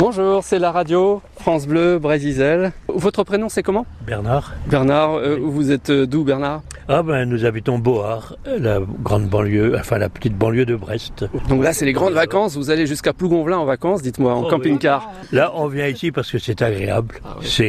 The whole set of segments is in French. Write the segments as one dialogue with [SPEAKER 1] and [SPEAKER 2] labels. [SPEAKER 1] Bonjour, c'est la radio France Bleu Brésisel. Votre prénom c'est comment
[SPEAKER 2] Bernard
[SPEAKER 1] Bernard, euh, vous êtes euh, d'où Bernard
[SPEAKER 2] Ah ben nous habitons Beauhard, la grande banlieue, enfin la petite banlieue de Brest.
[SPEAKER 1] Donc là c'est les grandes vacances, vous allez jusqu'à Plougonvelin en vacances, dites-moi, en
[SPEAKER 2] Oh,
[SPEAKER 1] camping-car.
[SPEAKER 2] Là on vient ici parce que c'est agréable,
[SPEAKER 1] Ah
[SPEAKER 2] c'est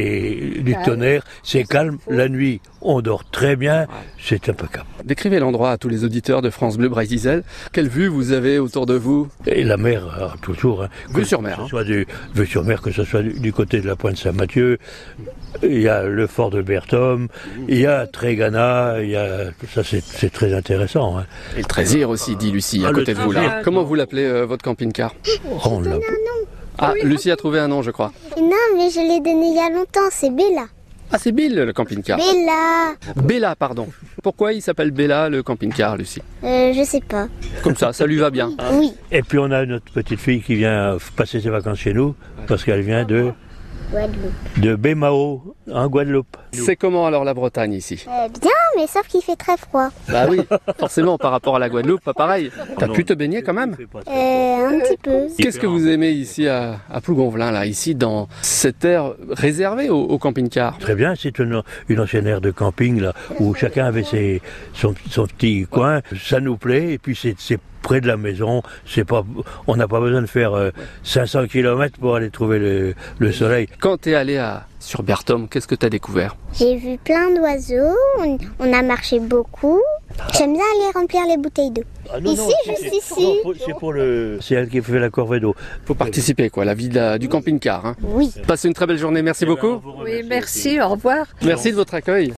[SPEAKER 2] du tonnerre, c'est calme, la nuit on dort très bien, c'est impeccable.
[SPEAKER 1] Décrivez l'endroit à tous les auditeurs de France Bleu Brésisel. Quelle vue vous avez autour de vous
[SPEAKER 2] Et la mer alors, toujours, hein,
[SPEAKER 1] Vue
[SPEAKER 2] que
[SPEAKER 1] sur mer,
[SPEAKER 2] ce
[SPEAKER 1] hein.
[SPEAKER 2] soit du vue sur mer, que ce soit du, du côté de la pointe Saint-Mathieu, il y a le fort de Berthom, il y a Trégana, il y a ça c'est- c'est très intéressant. hein.
[SPEAKER 1] Et le Trésir aussi, dit Lucie, à
[SPEAKER 2] Ah, le
[SPEAKER 1] côté de vous là.
[SPEAKER 2] Trésir.
[SPEAKER 1] Comment vous l'appelez euh, votre camping-car
[SPEAKER 2] On l'a-
[SPEAKER 1] Ah, Lucie a trouvé un nom je crois.
[SPEAKER 3] Non, mais je l'ai donné il y a longtemps, c'est Bella.
[SPEAKER 1] Ah c'est Bill le camping-car.
[SPEAKER 3] Bella
[SPEAKER 1] Bella, pardon. Pourquoi il s'appelle Bella le camping-car, Lucie
[SPEAKER 3] euh, Je sais pas.
[SPEAKER 1] Comme ça, ça lui va bien.
[SPEAKER 3] Oui.
[SPEAKER 2] Et puis on a notre petite fille qui vient passer ses vacances chez nous parce qu'elle vient de
[SPEAKER 3] Guadeloupe.
[SPEAKER 2] de Bémao en Guadeloupe.
[SPEAKER 1] C'est comment alors la Bretagne ici
[SPEAKER 3] Euh, bien, mais sauf qu'il fait très froid.
[SPEAKER 1] Bah oui, forcément par rapport à la Guadeloupe, pas pareil. T'as pu te baigner quand même
[SPEAKER 3] Euh, un petit peu.
[SPEAKER 1] Qu'est-ce que vous aimez ici à, à Plougonvelin, là, ici dans cette aire réservée au, au camping-car
[SPEAKER 2] Très bien, c'est une, une ancienne aire de camping là où chacun avait ses, son, son petit coin. Ça nous plaît et puis c'est c'est près de la maison. C'est pas, on n'a pas besoin de faire euh, 500 km pour aller trouver le, le soleil.
[SPEAKER 1] Quand t'es allé à, sur Berthom, qu'est-ce que t'as découvert
[SPEAKER 3] J'ai vu plein d'oiseaux, on, on a marché beaucoup. J'aime bien aller remplir les bouteilles d'eau. Ici, juste ici.
[SPEAKER 2] C'est pour le, c'est elle qui fait la corvée d'eau.
[SPEAKER 1] Faut participer, quoi, à la vie de la- du camping-car. hein.
[SPEAKER 3] Oui.
[SPEAKER 2] Eh ben,
[SPEAKER 1] Passez une très belle journée, merci beaucoup.
[SPEAKER 4] Oui, merci, au revoir.
[SPEAKER 1] Merci de votre accueil.